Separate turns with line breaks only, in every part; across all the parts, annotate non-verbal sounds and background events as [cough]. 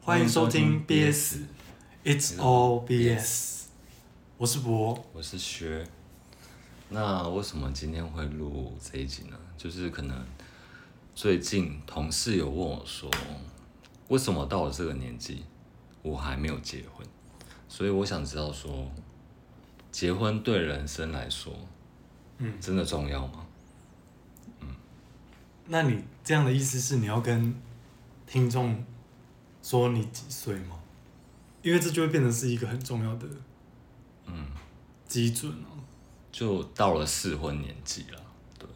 欢迎收听
欢迎收听
BS It's All BS，我是博，
我是薛。那为什么今天会录这一集呢？就是可能最近同事有问我说，为什么到我这个年纪，我还没有结婚？所以我想知道说，结婚对人生来说，
嗯，
真的重要吗？
那你这样的意思是你要跟听众说你几岁吗？因为这就会变成是一个很重要的
嗯，
基准哦、
就到了适婚年纪了，对，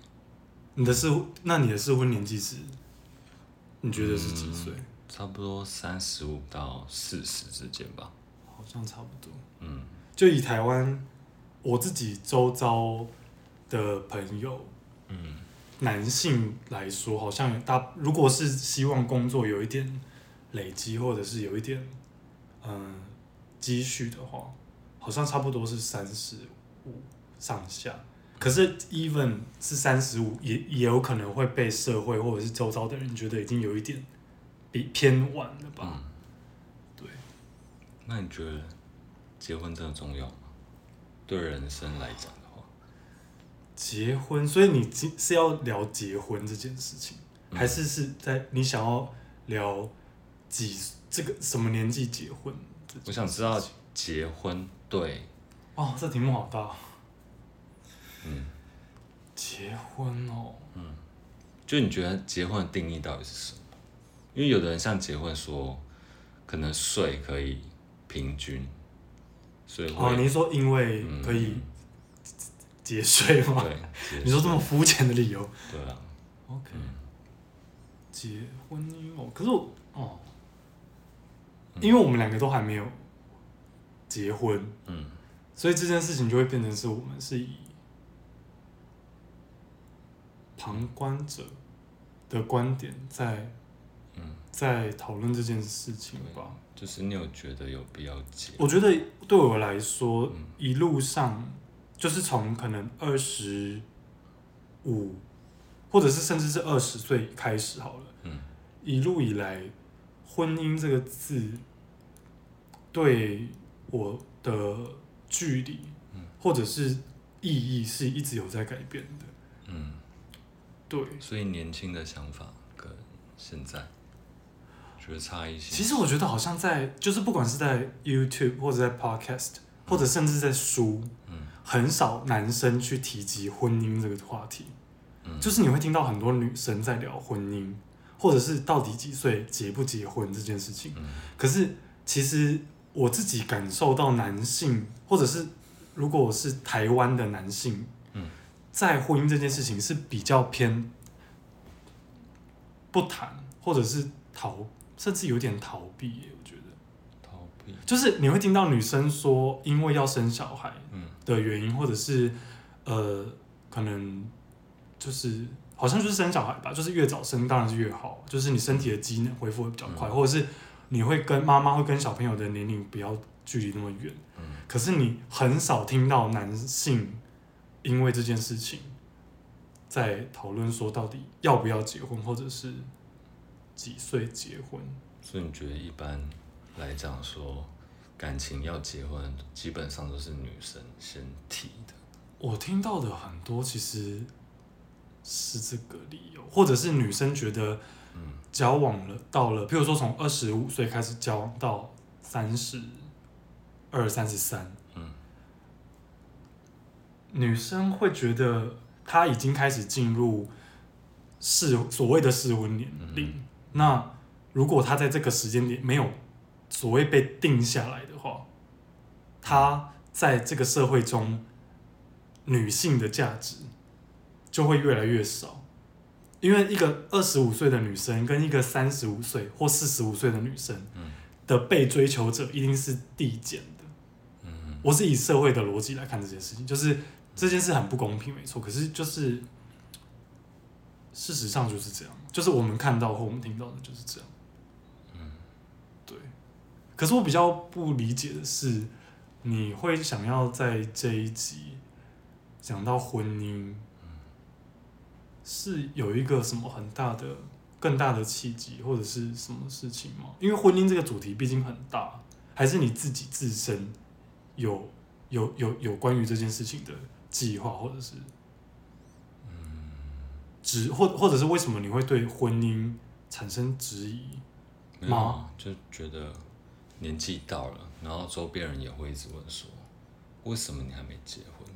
你的适，那你的适婚年纪是？你觉得是几岁？
差不多三十五到四十之间吧。
好像差不多。
嗯
就以台湾我自己周遭的朋友，
嗯
男性来说，好像大如果是希望工作有一点累积，或者是有一点嗯积蓄的话，好像差不多是三十五上下。可是，even 是三十五，也也有可能会被社会或者是周遭的人觉得已经有一点比偏晚了吧？
嗯，
对，
那你觉得结婚真的重要吗？对人生来讲的话，
结婚，所以你今是要聊结婚这件事情，
嗯
还是是在你想要聊几这个什么年纪结婚这件事情？
我想知道结婚对，
哦，这题目好大。
嗯，
结婚哦，
就你觉得结婚的定义到底是什么？因为有的人像结婚说，可能税可以平均，所以
哦，
会、
你说因为
嗯
可以节税吗？
对，结
你说这么肤浅的理由
对啊，
？OK，
嗯
结婚哦，可是我哦，因为我们两个都还没有结婚，
嗯
所以这件事情就会变成是我们是以旁观者的观点在
嗯，
在讨论这件事情
对
吧。
就是你有觉得有必要结？
我觉得对我来说，
嗯
一路上就是从可能二十五，或者是甚至是二十岁开始好了，
嗯
一路以来，婚姻这个字对我的距离，
嗯
或者是意义是一直有在改变的。
嗯，
对，
所以年轻的想法跟现在觉得差异性，
其实我觉得好像在就是不管是在 YouTube 或者在 Podcast，或者甚至在书，
嗯
很少男生去提及婚姻这个话题。
嗯，
就是你会听到很多女生在聊婚姻，或者是到底几岁结不结婚这件事情。
嗯
可是其实我自己感受到男性，或者是如果我是台湾的男性，
嗯
在婚姻这件事情是比较偏不谈，或者是逃，甚至有点逃避耶。我觉得，
逃避，
就是你会听到女生说，因为要生小孩，
嗯
的原因，或者是呃，可能就是好像就是生小孩吧，就是越早生当然是越好，就是你身体的机能恢复会比较快，或者是你会跟妈妈会跟小朋友的年龄不要距离那么远。
嗯
可是你很少听到男性因为这件事情在讨论说到底要不要结婚，或者是几岁结婚。
所以你觉得一般来讲说，感情要结婚，基本上都是女生先提的。
我听到的很多其实是这个理由，或者是女生觉得
嗯
交往了到了，譬如说从二十五岁开始交往到三十二、三十三，
嗯
女生会觉得她已经开始进入适所谓的适婚年龄。那如果她在这个时间点没有所谓被定下来的话，她在这个社会中女性的价值就会越来越少。因为一个二十五岁的女生跟一个三十五岁或四十五岁的女生
嗯
的被追求者一定是递减的，
嗯
我是以社会的逻辑来看这件事情，就是这件事很不公平，没错。可是就是事实上就是这样，就是我们看到或我们听到的就是这样。
嗯，
对。可是我比较不理解的是，你会想要在这一集讲到婚姻，是有一个什么很大的更大的契机或者是什么事情吗？因为婚姻这个主题毕竟很大，还是你自己自身有有有有关于这件事情的计划，或者是质或或者是为什么你会对婚姻产生质疑？
没有啊，就觉得年纪到了，然后周边人也会一直问说，为什么你还没结婚？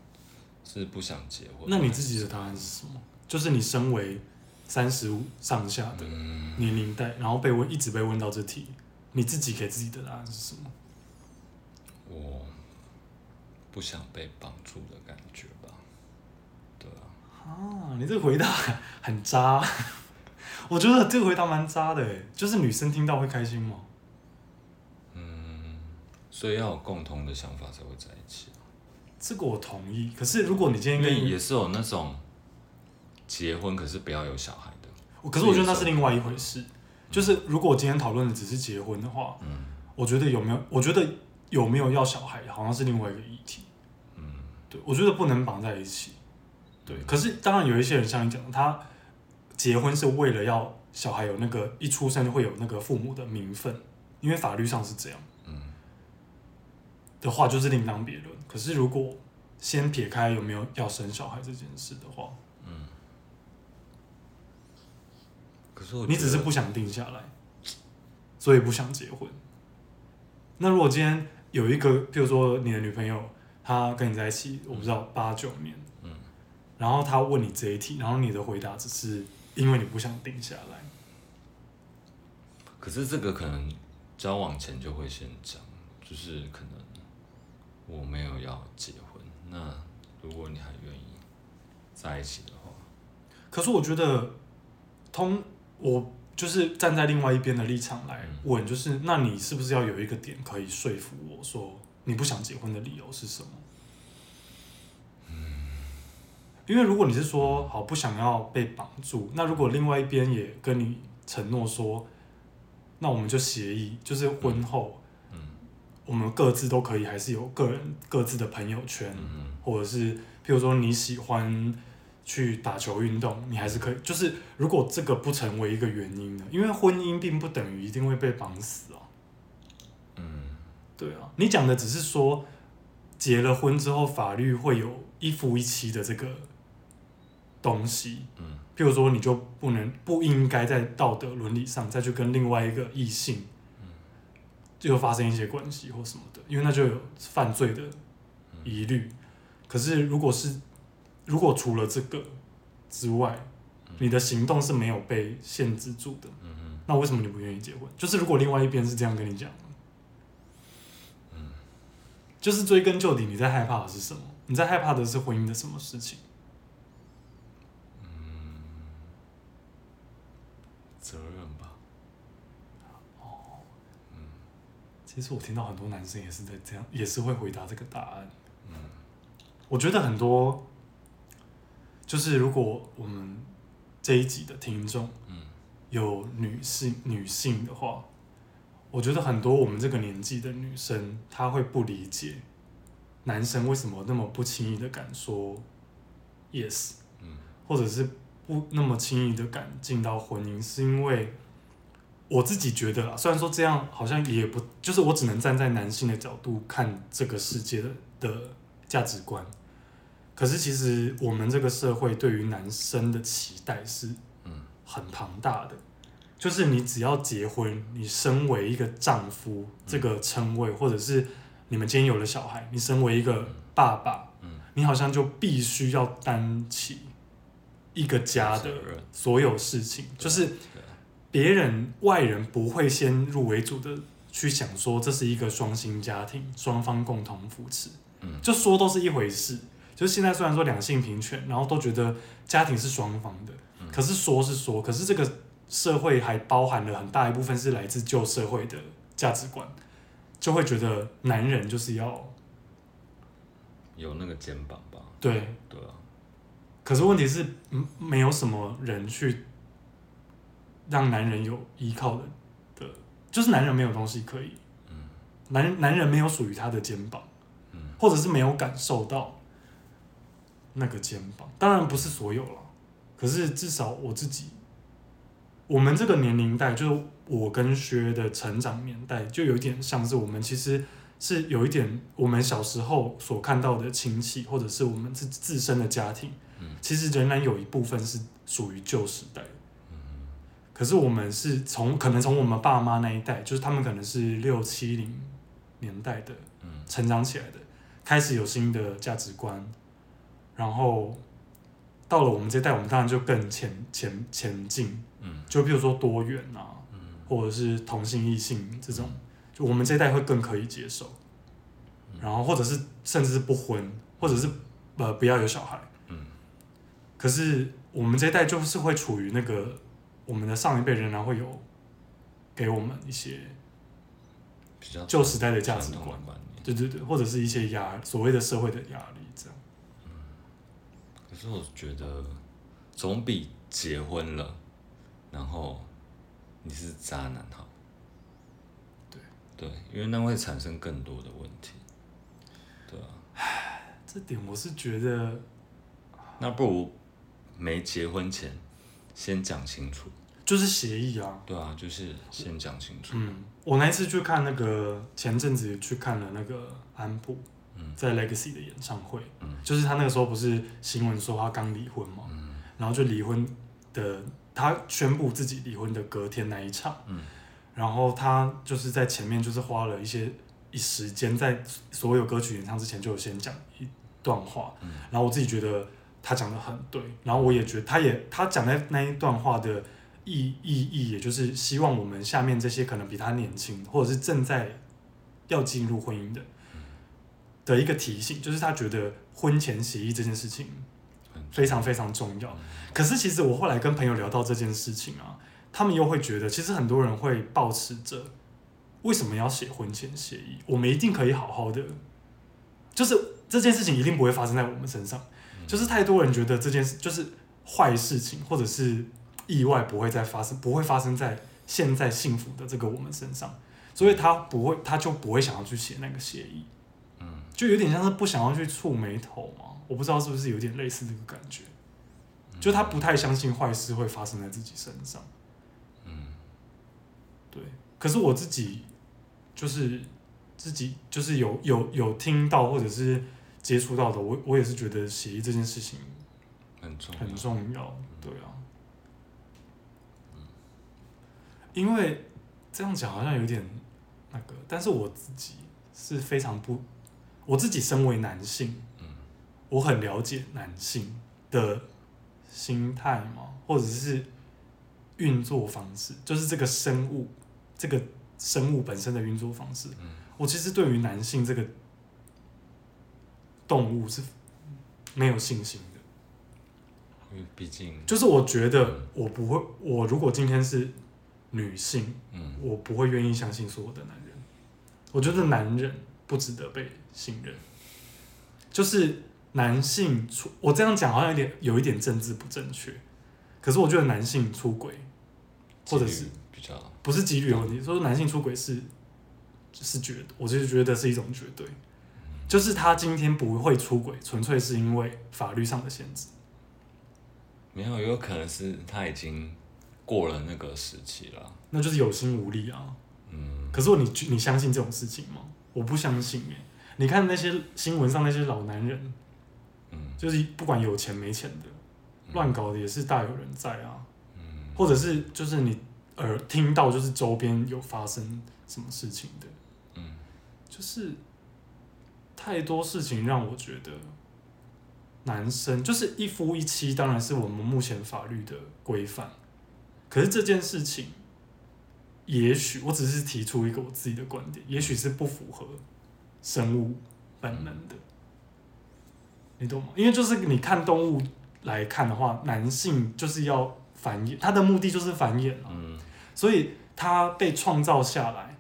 是不想结婚？
那你自己的答案是什么？就是你身为三十五上下的
嗯
年龄代，然后被问一直被问到这题，你自己给自己的答案是什么？
我不想被绑住的感觉吧？对啊，
啊，你这个回答很渣， [laughs] 我觉得这个回答蛮渣的欸，就是女生听到会开心吗？
所以要有共同的想法才会在一起啊。
这个我同意，可是如果你今天
因
跟
为也是有那种结婚可是不要有小孩的，
我可是我觉得那是另外一回事。就是如果我今天讨论的只是结婚的话，
嗯
我觉得有没有，我觉得有没有要小孩，好像是另外一个议题。
嗯，
对，我觉得不能绑在一起。对，可是当然有一些人像你讲的，他结婚是为了要小孩有那个一出生就会有那个父母的名分，因为法律上是这样。
嗯，
的话就是另当别论。可是如果先撇开有没有要生小孩这件事的话，
可是我
你
觉
只是
得
不想定下来，所以不想结婚。那如果今天有一个，譬如说你的女朋友，她跟你在一起，我不知道八九年，
嗯
然后她问你这一题，然后你的回答只是因为你不想定下来，
可是这个可能交往前就会先讲，就是可能我没有要结婚，那如果你还愿意在一起的话，
可是我觉得，通我就是站在另外一边的立场来
嗯
问，就是那你是不是要有一个点可以说服我说你不想结婚的理由是什么？
嗯
因为如果你是说好不想要被绑住，那如果另外一边也跟你承诺说，那我们就协议，就是婚后，
嗯
我们各自都可以还是有个人各自的朋友圈，
嗯
或者是譬如说你喜欢去打球运动，你还是可以。就是如果这个不成为一个原因呢，因为婚姻并不等于一定会被绑死啊。
嗯，
对啊，你讲的只是说结了婚之后，法律会有一夫一妻的这个东西。
嗯，
譬如说，你就不能不应该在道德伦理上再去跟另外一个异性，就发生一些关系或什么的，因为那就有犯罪的疑虑。可是如果是如果除了这个之外，你的行动是没有被限制住的，
嗯哼
那为什么你不愿意结婚？就是如果另外一边是这样跟你讲的，就是追根究底，你在害怕的是什么？你在害怕的是婚姻的什么事情？
责任吧，
其实我听到很多男生也是在这样，也是会回答这个答案。我觉得很多，就是如果我们这一集的听众
嗯
有女性女性的话，我觉得很多我们这个年纪的女生，她会不理解男生为什么那么不轻易的敢说 yes，
嗯
或者是不那么轻易的敢进到婚姻，是因为我自己觉得啦，虽然说这样好像也不，就是我只能站在男性的角度看这个世界的的价值观，可是其实我们这个社会对于男生的期待是
嗯
很庞大的，就是你只要结婚，你身为一个丈夫这个称谓，或者是你们今天有了小孩，你身为一个爸爸，
嗯，
你好像就必须要担起一个家的
责任
所有事情，就是
对啊，
别人外人不会先入为主的去想说这是一个双薪家庭，双方共同扶持，
嗯
就说都是一回事。就是现在虽然说两性平权，然后都觉得家庭是双方的，
嗯
可是说是说，可是这个社会还包含了很大一部分是来自旧社会的价值观，就会觉得男人就是要
有那个肩膀吧，
对
对啊，
可是问题是，嗯没有什么人去让男人有依靠的的，就是男人没有东西可以，男男人没有属于他的肩膀，或者是没有感受到那个肩膀。当然不是所有了，可是至少我自己我们这个年龄代，就是我跟薛的成长年代，就有点像是我们其实是有一点我们小时候所看到的亲戚，或者是我们自自身的家庭，其实仍然有一部分是属于旧时代的。可是我们是从可能从我们爸妈那一代，就是他们可能是六七零年代的
嗯
成长起来的，开始有新的价值观，然后到了我们这代，我们当然就更前前前进，
嗯
就比如说多元啊，
嗯
或者是同性异性这种，就我们这一代会更可以接受，然后或者是甚至是不婚，或者是呃不要有小孩，
嗯
可是我们这一代就是会处于那个我们的上一辈仍然会有给我们一些
比较
旧时代的价值
传
观
统的，观念。
对对对，或者是一些压所谓的社会的压力这样。
可是我觉得总比结婚了，然后你是渣男好。
对
对，因为那会产生更多的问题。对啊，
这点我是觉得，
那不如没结婚前先讲清楚。
就是协议啊。
对啊，就是先讲清楚。
嗯，我那一次去看那个前阵子去看了那个安普
嗯
在 Legacy 的演唱会，
嗯
就是他那个时候不是新闻说他刚离婚嘛，
嗯
然后就离婚的，他宣布自己离婚的隔天那一场，
嗯
然后他就是在前面就是花了一些一时间，在所有歌曲演唱之前就有先讲一段话，
嗯
然后我自己觉得他讲的很对，然后我也觉得他也他讲的那一段话的意意义，也就是希望我们下面这些可能比他年轻，或者是正在要进入婚姻的
嗯
的一个提醒，就是他觉得婚前协议这件事情
很
非常非常重要。可是其实我后来跟朋友聊到这件事情啊，他们又会觉得，其实很多人会抱持着为什么要写婚前协议？我们一定可以好好的，就是这件事情一定不会发生在我们身上。就是太多人觉得这件事就是坏事情，或者是意外不会再发生，不会发生在现在幸福的这个我们身上，所以他不会，他就不会想要去写那个协议，
嗯，
就有点像是不想要去触眉头嘛。我不知道是不是有点类似这个感觉，就他不太相信坏事会发生在自己身上。
嗯
对，可是我自己就是自己就是有有有听到或者是接触到的，我我也是觉得协议这件事情
很重要。
很重要，对啊。因为这样讲好像有点那个，但是我自己是非常不，我自己身为男性，
嗯
我很了解男性的心态嘛，或者是运作方式，就是这个生物，这个生物本身的运作方式。
嗯
我其实对于男性这个动物是没有信心的。
因为毕竟
就是我觉得我不会，我如果今天是女性，
嗯
我不会愿意相信所有的男人。我觉得男人不值得被信任，就是男性出，我这样讲好像有点有一点政治不正确，可是我觉得男性出轨或者是
几率比较
不是几率的问题，说男性出轨是是绝，我就是觉得是一种绝对，就是他今天不会出轨，纯粹是因为法律上的限制。
没有，有可能是他已经过了那个时期了。
那就是有心无力啊。
嗯，
可是你你相信这种事情吗？我不相信耶。你看那些新闻上那些老男人，
嗯
就是不管有钱没钱的，
嗯
乱搞的也是大有人在啊。
嗯
或者是就是你耳听到就是周边有发生什么事情的，
嗯
就是太多事情让我觉得，男生就是一夫一妻，当然是我们目前法律的规范。可是这件事情，也许我只是提出一个我自己的观点，也许是不符合生物本能的，你懂吗？因为就是你看动物来看的话，男性就是要繁衍，他的目的就是繁衍啊。
嗯
所以他被创造下来，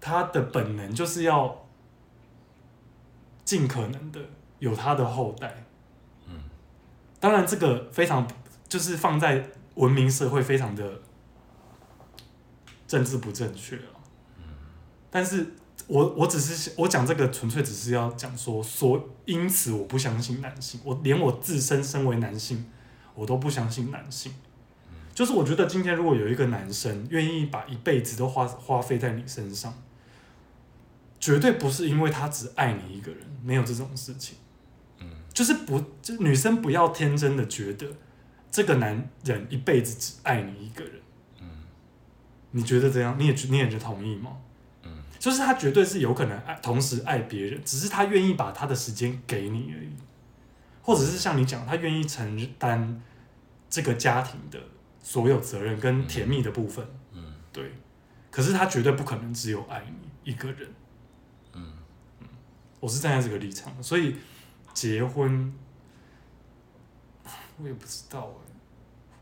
他的本能就是要尽可能的有他的后代。
嗯，
当然，这个非常就是放在文明社会非常的政治不正确啊。但是我我只是我讲这个纯粹只是要讲说，所因此我不相信男性，我连我自身身为男性，我都不相信男性。就是我觉得今天如果有一个男生愿意把一辈子都花花费在你身上，绝对不是因为他只爱你一个人，没有这种事情。
嗯，
就是不，就女生不要天真的觉得这个男人一辈子只爱你一个人。
嗯
你觉得这样？你也觉你也觉得同意吗？
嗯，
就是他绝对是有可能爱，同时爱别人，只是他愿意把他的时间给你而已，或者是像你讲，他愿意承担这个家庭的所有责任跟甜蜜的部分，
嗯
对。可是他绝对不可能只有爱你一个人，
嗯，
我是站在这个立场，所以结婚，我也不知道哎、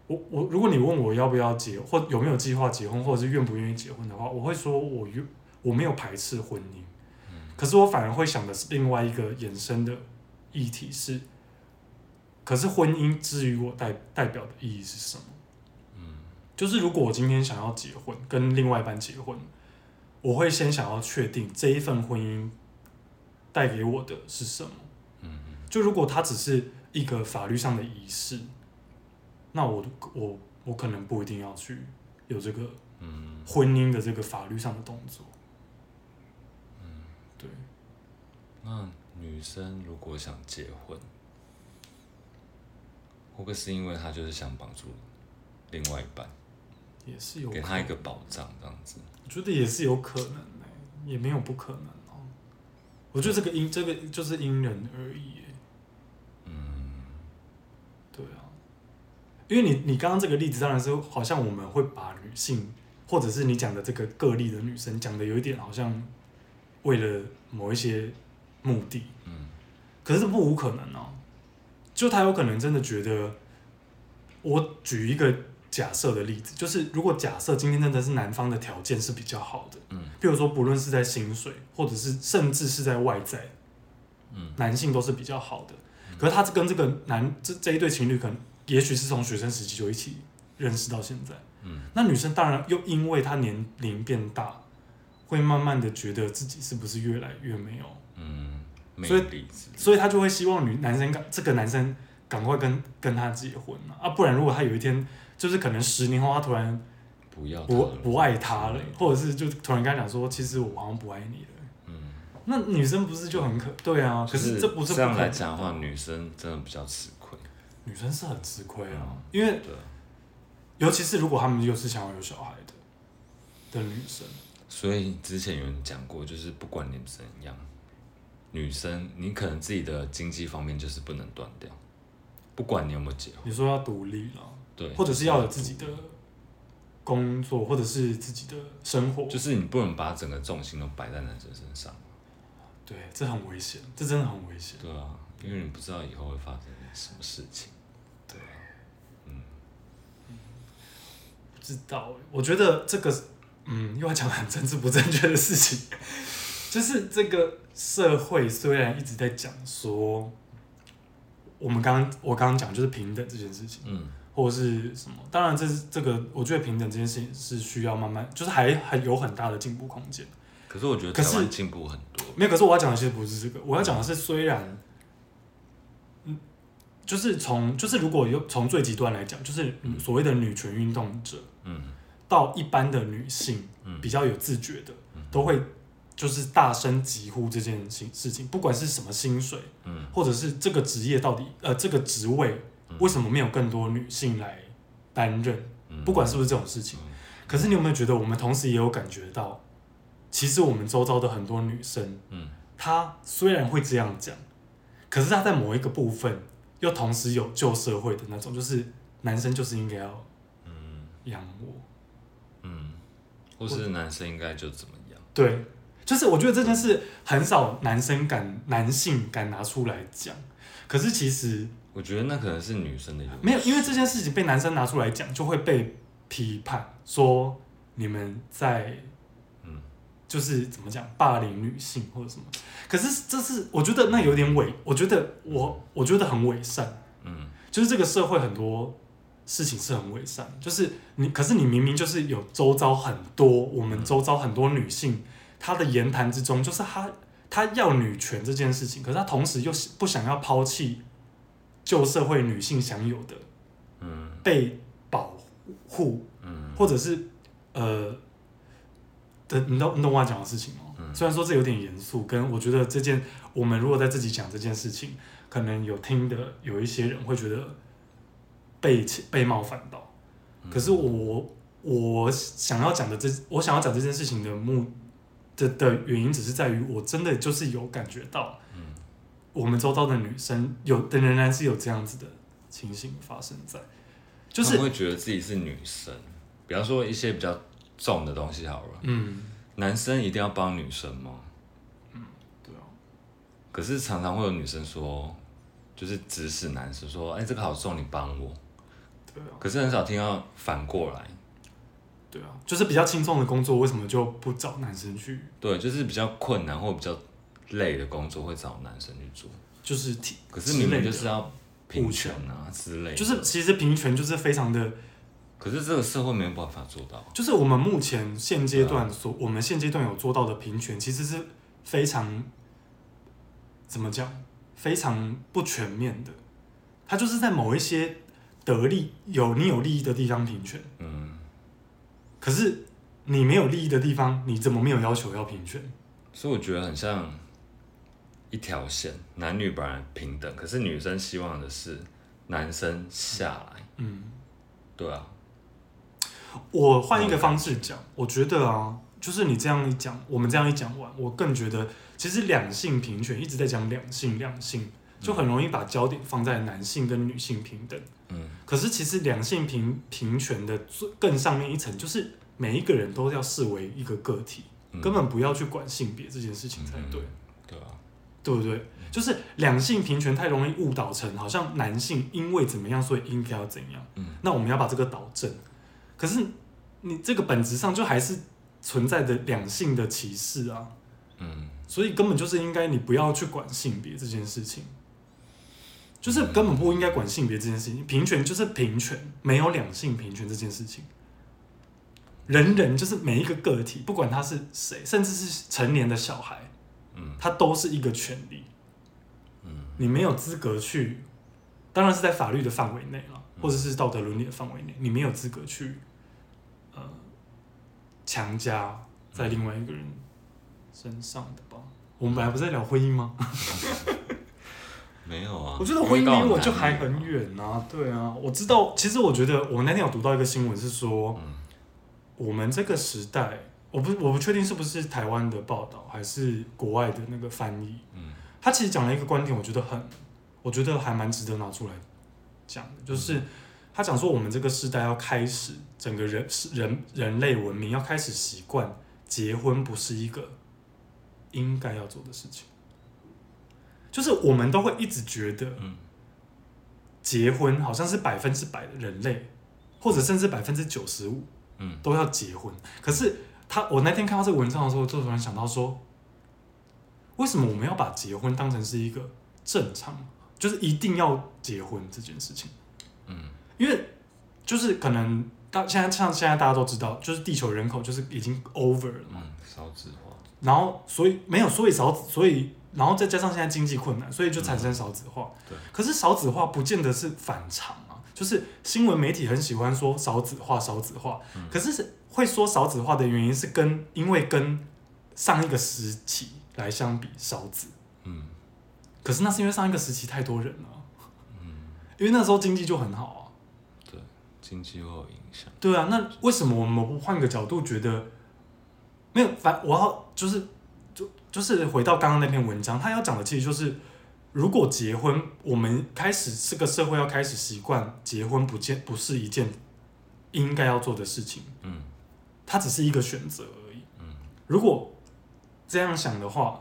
我我，如果你问我要不要结，或有没有计划结婚，或者是愿不愿意结婚的话，我会说我愿，我没有排斥婚姻，可是我反而会想的是另外一个衍生的议题是，可是婚姻之于我代代表的意义是什么？就是如果我今天想要结婚，跟另外一半结婚，我会先想要确定这一份婚姻带给我的是什么。
嗯
就如果它只是一个法律上的仪式，那我我我可能不一定要去有这个
嗯
婚姻的这个法律上的动作。
嗯
对，
那女生如果想结婚，会不会是因为她就是想绑住另外一半，
也是有可
给
能，
她一个保障这样子？
我觉得也是有可能、欸、也没有不可能哦、我觉得这个因这个就是因人而异、欸。
嗯
对啊，因为你你刚刚这个例子当然是好像我们会把女性，或者是你讲的这个个例的女生讲的有一点好像为了某一些目的，
嗯
可是不无可能哦、就她有可能真的觉得，我举一个假设的例子，就是如果假设今天真的是男方的条件是比较好的，
嗯
譬如说不论是在薪水，或者是甚至是在外在，
嗯
男性都是比较好的。可是他跟这个男这这一对情侣，可能也许是从学生时期就一起认识到现在。
嗯，
那女生当然又因为她年龄变大，会慢慢的觉得自己是不是越来越没有，
嗯，魅
所以
力之类
所以她就会希望女男生赶这个男生赶快跟跟她结婚啊，啊不然如果他有一天就是可能十年后他突然
不要
不
啊她了
不爱他了
之类，的
或者是就突然跟他讲说，其实我好像不爱你了。
嗯，
那女生不是就很可对啊？可
就是
这不是不
这样
可
来
能
讲的话，女生真的比较吃亏，
女生是很吃亏啊
嗯，
因为
对啊，
尤其是如果他们又是想要有小孩的的女生，
所以之前有人讲过，就是不管你怎样，女生你可能自己的经济方面就是不能断掉，不管你有没有结婚，
你说要独立了，
对，
或者是要有自己的工作，或者是自己的生活，
就是你不能把整个重心都摆在男生身上，
对，这很危险，这真的很危险。
对啊，因为你不知道以后会发生什么事情，对啊，嗯
不知道欸，我觉得这个，嗯，又要讲很政治不正确的事情，就是这个社会虽然一直在讲说，我们刚刚我刚刚讲就是平等这件事情。
嗯
或者是什么？当然这，是这个我觉得平等这件事情是需要慢慢，就是还还有很大的进步空间。
可是我觉得
可
台
是
湾进步很多，
没有，可是我要讲的其实不是这个，我要讲的是虽然，嗯，就是从就是如果有从最极端来讲，就是
嗯
所谓的女权运动者
嗯
到一般的女性
嗯
比较有自觉的，
嗯
都会就是大声疾呼这件事事情，不管是什么薪水，
嗯
或者是这个职业到底呃这个职位
嗯
为什么没有更多女性来担任？
嗯，
不管是不是这种事情
嗯。
可是你有没有觉得，我们同时也有感觉到，其实我们周遭的很多女生，
嗯
她虽然会这样讲，可是她在某一个部分又同时有旧社会的那种，就是男生就是应该要
嗯
养我，
嗯，或是男生应该就怎么样，
对，就是我觉得这件事很少男生敢男性敢拿出来讲，可是其实
我觉得那可能是女生的优势
没有，因为这件事情被男生拿出来讲，就会被批判说你们在，
嗯，
就是怎么讲霸凌女性或者什么。可是这是我觉得那有点伪，我觉得我我觉得很伪善，
嗯。
就是这个社会很多事情是很伪善，就是你可是你明明就是有周遭很多我们周遭很多女性，她的言谈之中就是她她要女权这件事情，可是她同时又不想要抛弃旧社会女性享有的。
嗯
被保户，嗯，或者是呃的，你懂你懂我要讲的事情吗？虽然说这有点严肃，跟我觉得这件我们如果在自己讲这件事情，可能有听的有一些人会觉得被侵被冒犯到，
嗯
可是我我想要讲的这我想要讲这件事情的目的的原因，只是在于我真的就是有感觉到，我们周遭的女生有的仍然是有这样子的情形发生在，就
他
是
们会觉得自己是女生，比方说一些比较重的东西好了，
嗯，
男生一定要帮女生吗？
对啊，
可是常常会有女生说，就是指使男生说，哎、这个好重，你帮我。
对啊，
可是很少听到反过来，
对啊，就是比较轻松的工作，为什么就不找男生去？
对，就是比较困难或比较累的工作会找男生去做，
就是体，
可是明明就是要平
互
权
相
啊之类的，
就是其实平权就是非常的，
可是这个社会没有办法做到，
就是我们目前现阶段所、我们现阶段有做到的平权，其实是非常怎么讲，非常不全面的。它就是在某一些得利有你有利益的地方平权，
嗯，
可是你没有利益的地方，你怎么没有要求要平权？
所以我觉得很像一条线，男女本来平等，可是女生希望的是男生下来，
嗯。
对啊，
我换一个方式讲，我觉得啊，就是你这样一讲，我们这样一讲完，我更觉得其实两性平权一直在讲两性两性，就很容易把焦点放在男性跟女性平等。
嗯，
可是其实两性平平权的最更上面一层，就是每一个人都要视为一个个体，
嗯
根本不要去管性别这件事情才对，
对啊，
对不对？就是两性平权太容易误导成好像男性因为怎么样，所以应该要怎样。
嗯
那我们要把这个导正。可是你这个本质上就还是存在着两性的歧视啊，
嗯，
所以根本就是应该你不要去管性别这件事情，就是根本不应该管性别这件事情。平权就是平权，没有两性平权这件事情。人人就是每一个个体，不管他是谁，甚至是成年的小孩，
嗯，
他都是一个权利。嗯，你没有资格去，当然是在法律的范围内了，或者是道德伦理的范围内，你没有资格去，呃，强加在另外一个人身上的吧。我们本来不是在聊婚姻吗？
没有啊，
[laughs] 我觉得婚姻离我就还
因为到
很
男女
远啊。对啊，我知道。其实我觉得我那天有读到一个新闻是说，
嗯
我们这个时代，我不我不确定是不是台湾的报道还是国外的那个翻译，
嗯
他其实讲了一个观点，我觉得很，我觉得还蛮值得拿出来讲的，就是他讲说我们这个时代要开始整个人是人人类文明要开始习惯结婚不是一个应该要做的事情，就是我们都会一直觉得
嗯
结婚好像是百分之百的人类，或者甚至百分之九十五
嗯
都要结婚。可是他，我那天看到这个文章的时候，就突然想到说，为什么我们要把结婚当成是一个正常，就是一定要结婚这件事情？
嗯，
因为就是可能大现在像现在大家都知道，就是地球人口就是已经 over 了嘛，
嗯，少子化，
然后所以没有，所以少子，所以然后再加上现在经济困难，所以就产生少子化。
对
可是少子化不见得是反常啊，就是新闻媒体很喜欢说少子化，少子化。可是是会说少子化的原因是跟因为跟上一个时期来相比少子，
嗯
可是那是因为上一个时期太多人了、因为那时候经济就很好啊。
对，经济会有影响，
对啊，那为什么我们不换个角度觉得没有？反我要就是就就是回到刚刚那篇文章，他要讲的其实就是，如果结婚，我们开始这个社会要开始习惯结婚不见不是一件应该要做的事情，
嗯
它只是一个选择而已。
嗯
如果这样想的话，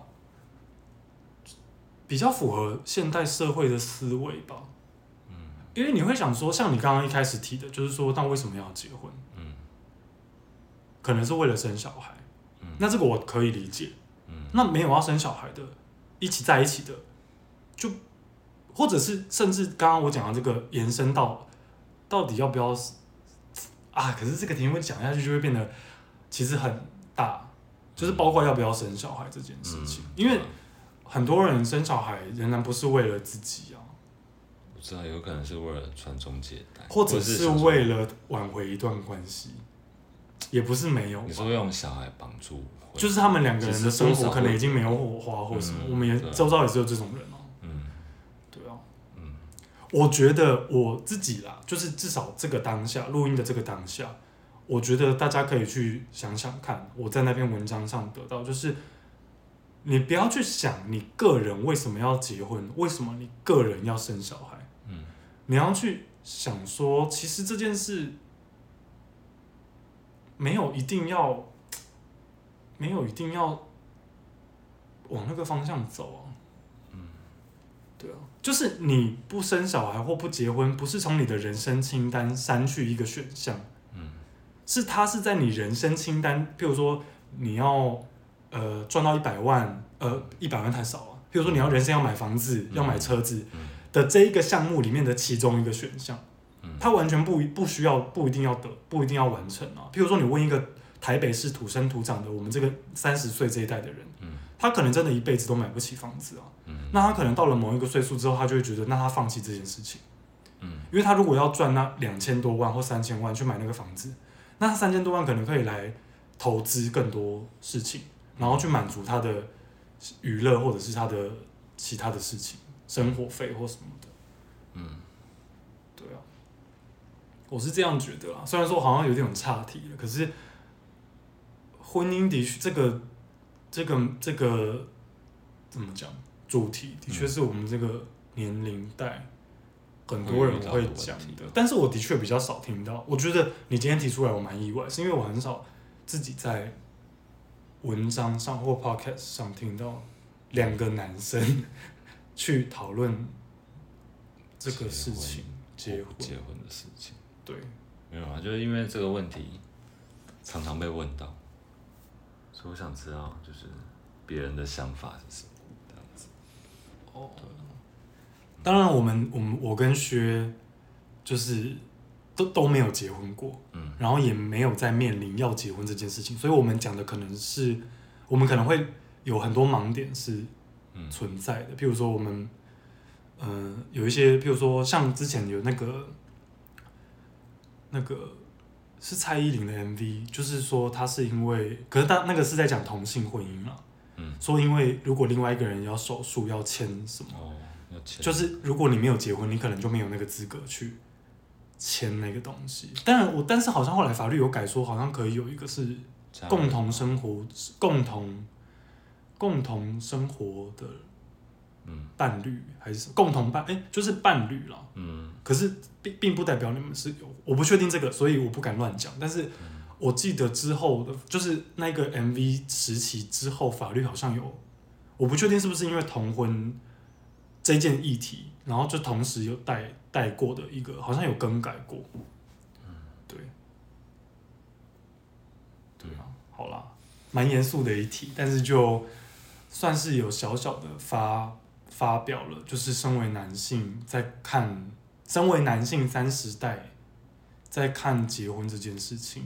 比较符合现代社会的思维吧。
嗯
因为你会想说，像你刚刚一开始提的，就是说，那为什么要结婚？
嗯
可能是为了生小孩，
嗯
那这个我可以理解。
嗯
那没有要生小孩的，一起在一起的，就或者是甚至刚刚我讲的这个延伸到到底要不要啊？可是这个题目讲下去就会变得其实很大，
嗯
就是包括要不要生小孩这件事情，因为很多人生小孩仍然不是为了自己啊，
不知道，有可能是为了传宗接代，
或者
是
是
想说
为了挽回一段关系，也不是没有吧
你说用小孩绑住婚，
就是他们两个人的生
只是多
活
少
可能已经没有火花或什么，
嗯
我们也
对啊
周遭也只有这种人哦、
嗯
对啊，
嗯，
我觉得我自己啦，就是至少这个当下录音的这个当下，我觉得大家可以去想想看，我在那篇文章上得到就是，你不要去想你个人为什么要结婚，为什么你个人要生小孩，
嗯，
你要去想说，其实这件事没有一定要，没有一定要往那个方向走啊。对啊，就是你不生小孩或不结婚，不是从你的人生清单删去一个选项，
嗯，
是它是在你人生清单，譬如说你要呃赚到一百万，呃一百万太少了，譬如说你要人生要买房子、
嗯
要买车子
嗯
的这一个项目里面的其中一个选项
嗯，
它完全不不需要不一定要得不一定要完成啊。譬如说你问一个台北市土生土长的我们这个三十岁这一代的人，
嗯
他可能真的一辈子都买不起房子啊。
嗯
那他可能到了某一个岁数之后，他就会觉得，那他放弃这件事情，
嗯
因为他如果要赚那两千多万或三千万去买那个房子，那三千多万可能可以来投资更多事情，然后去满足他的娱乐或者是他的其他的事情，生活费或什么的。
嗯，
对啊，我是这样觉得啦。虽然说好像有点岔题了，可是婚姻的确这个这个这个怎么讲主题，的
嗯
确是我们这个年龄代很多人会讲
会遇
的
到的问题，
但是我的确比较少听到。我觉得你今天提出来，我蛮意外，是因为我很少自己在文章上或 podcast 上听到两个男生 [laughs] 去讨论这个事情。结
结
婚，
结婚的事情，
对，
没有啊，就是因为这个问题常常被问到，所以我想知道就是别人的想法是什么这样子。
哦，当然我们我们我跟薛就是都都没有结婚过，
嗯
然后也没有在面临要结婚这件事情，所以我们讲的可能是我们可能会有很多盲点是
嗯
存在的，譬如说我们嗯、呃有一些，譬如说像之前有那个那个是蔡依林的 MV，就是说她是因为，可是她那个是在讲同性婚姻啊，
嗯，
说因为如果另外一个人要手术要签什么，
哦，要钱
嗯就是如果你没有结婚，你可能就没有那个资格去签那个东西。当然我但是好像后来法律有改说，好像可以有一个是
家人
共同生活、共同共同生活的
嗯
伴侣还是什么共同伴，哎、就是伴侣啦。
嗯
可是并并不代表你们是有，我不确定这个，所以我不敢乱讲。但是我记得之后的，就是那个 MV 时期之后，法律好像有，我不确定是不是因为同婚这件议题，然后就同时有带带过的一个，好像有更改过。对，对啊，好啦，蛮严肃的一题，但是就算是有小小的发发表了，就是身为男性在看，身为男性三十代在看结婚这件事情，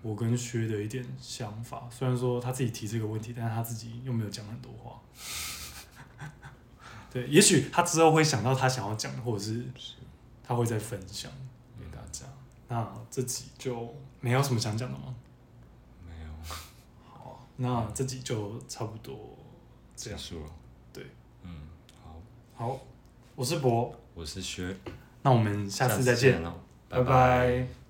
我跟薛的一点想法。虽然说他自己提这个问题，但是他自己又没有讲很多话。 [laughs] 对，也许他之后会想到他想要讲的，或者是他会再分享给大
嗯
家。那这集就没有什么想讲的吗？
没有
好啊，那这集就差不多这
结
样。
束了。
对，
嗯，好，
好，我是博，
我是薛，
那我们下次再
下
见，
喽，
拜
拜
拜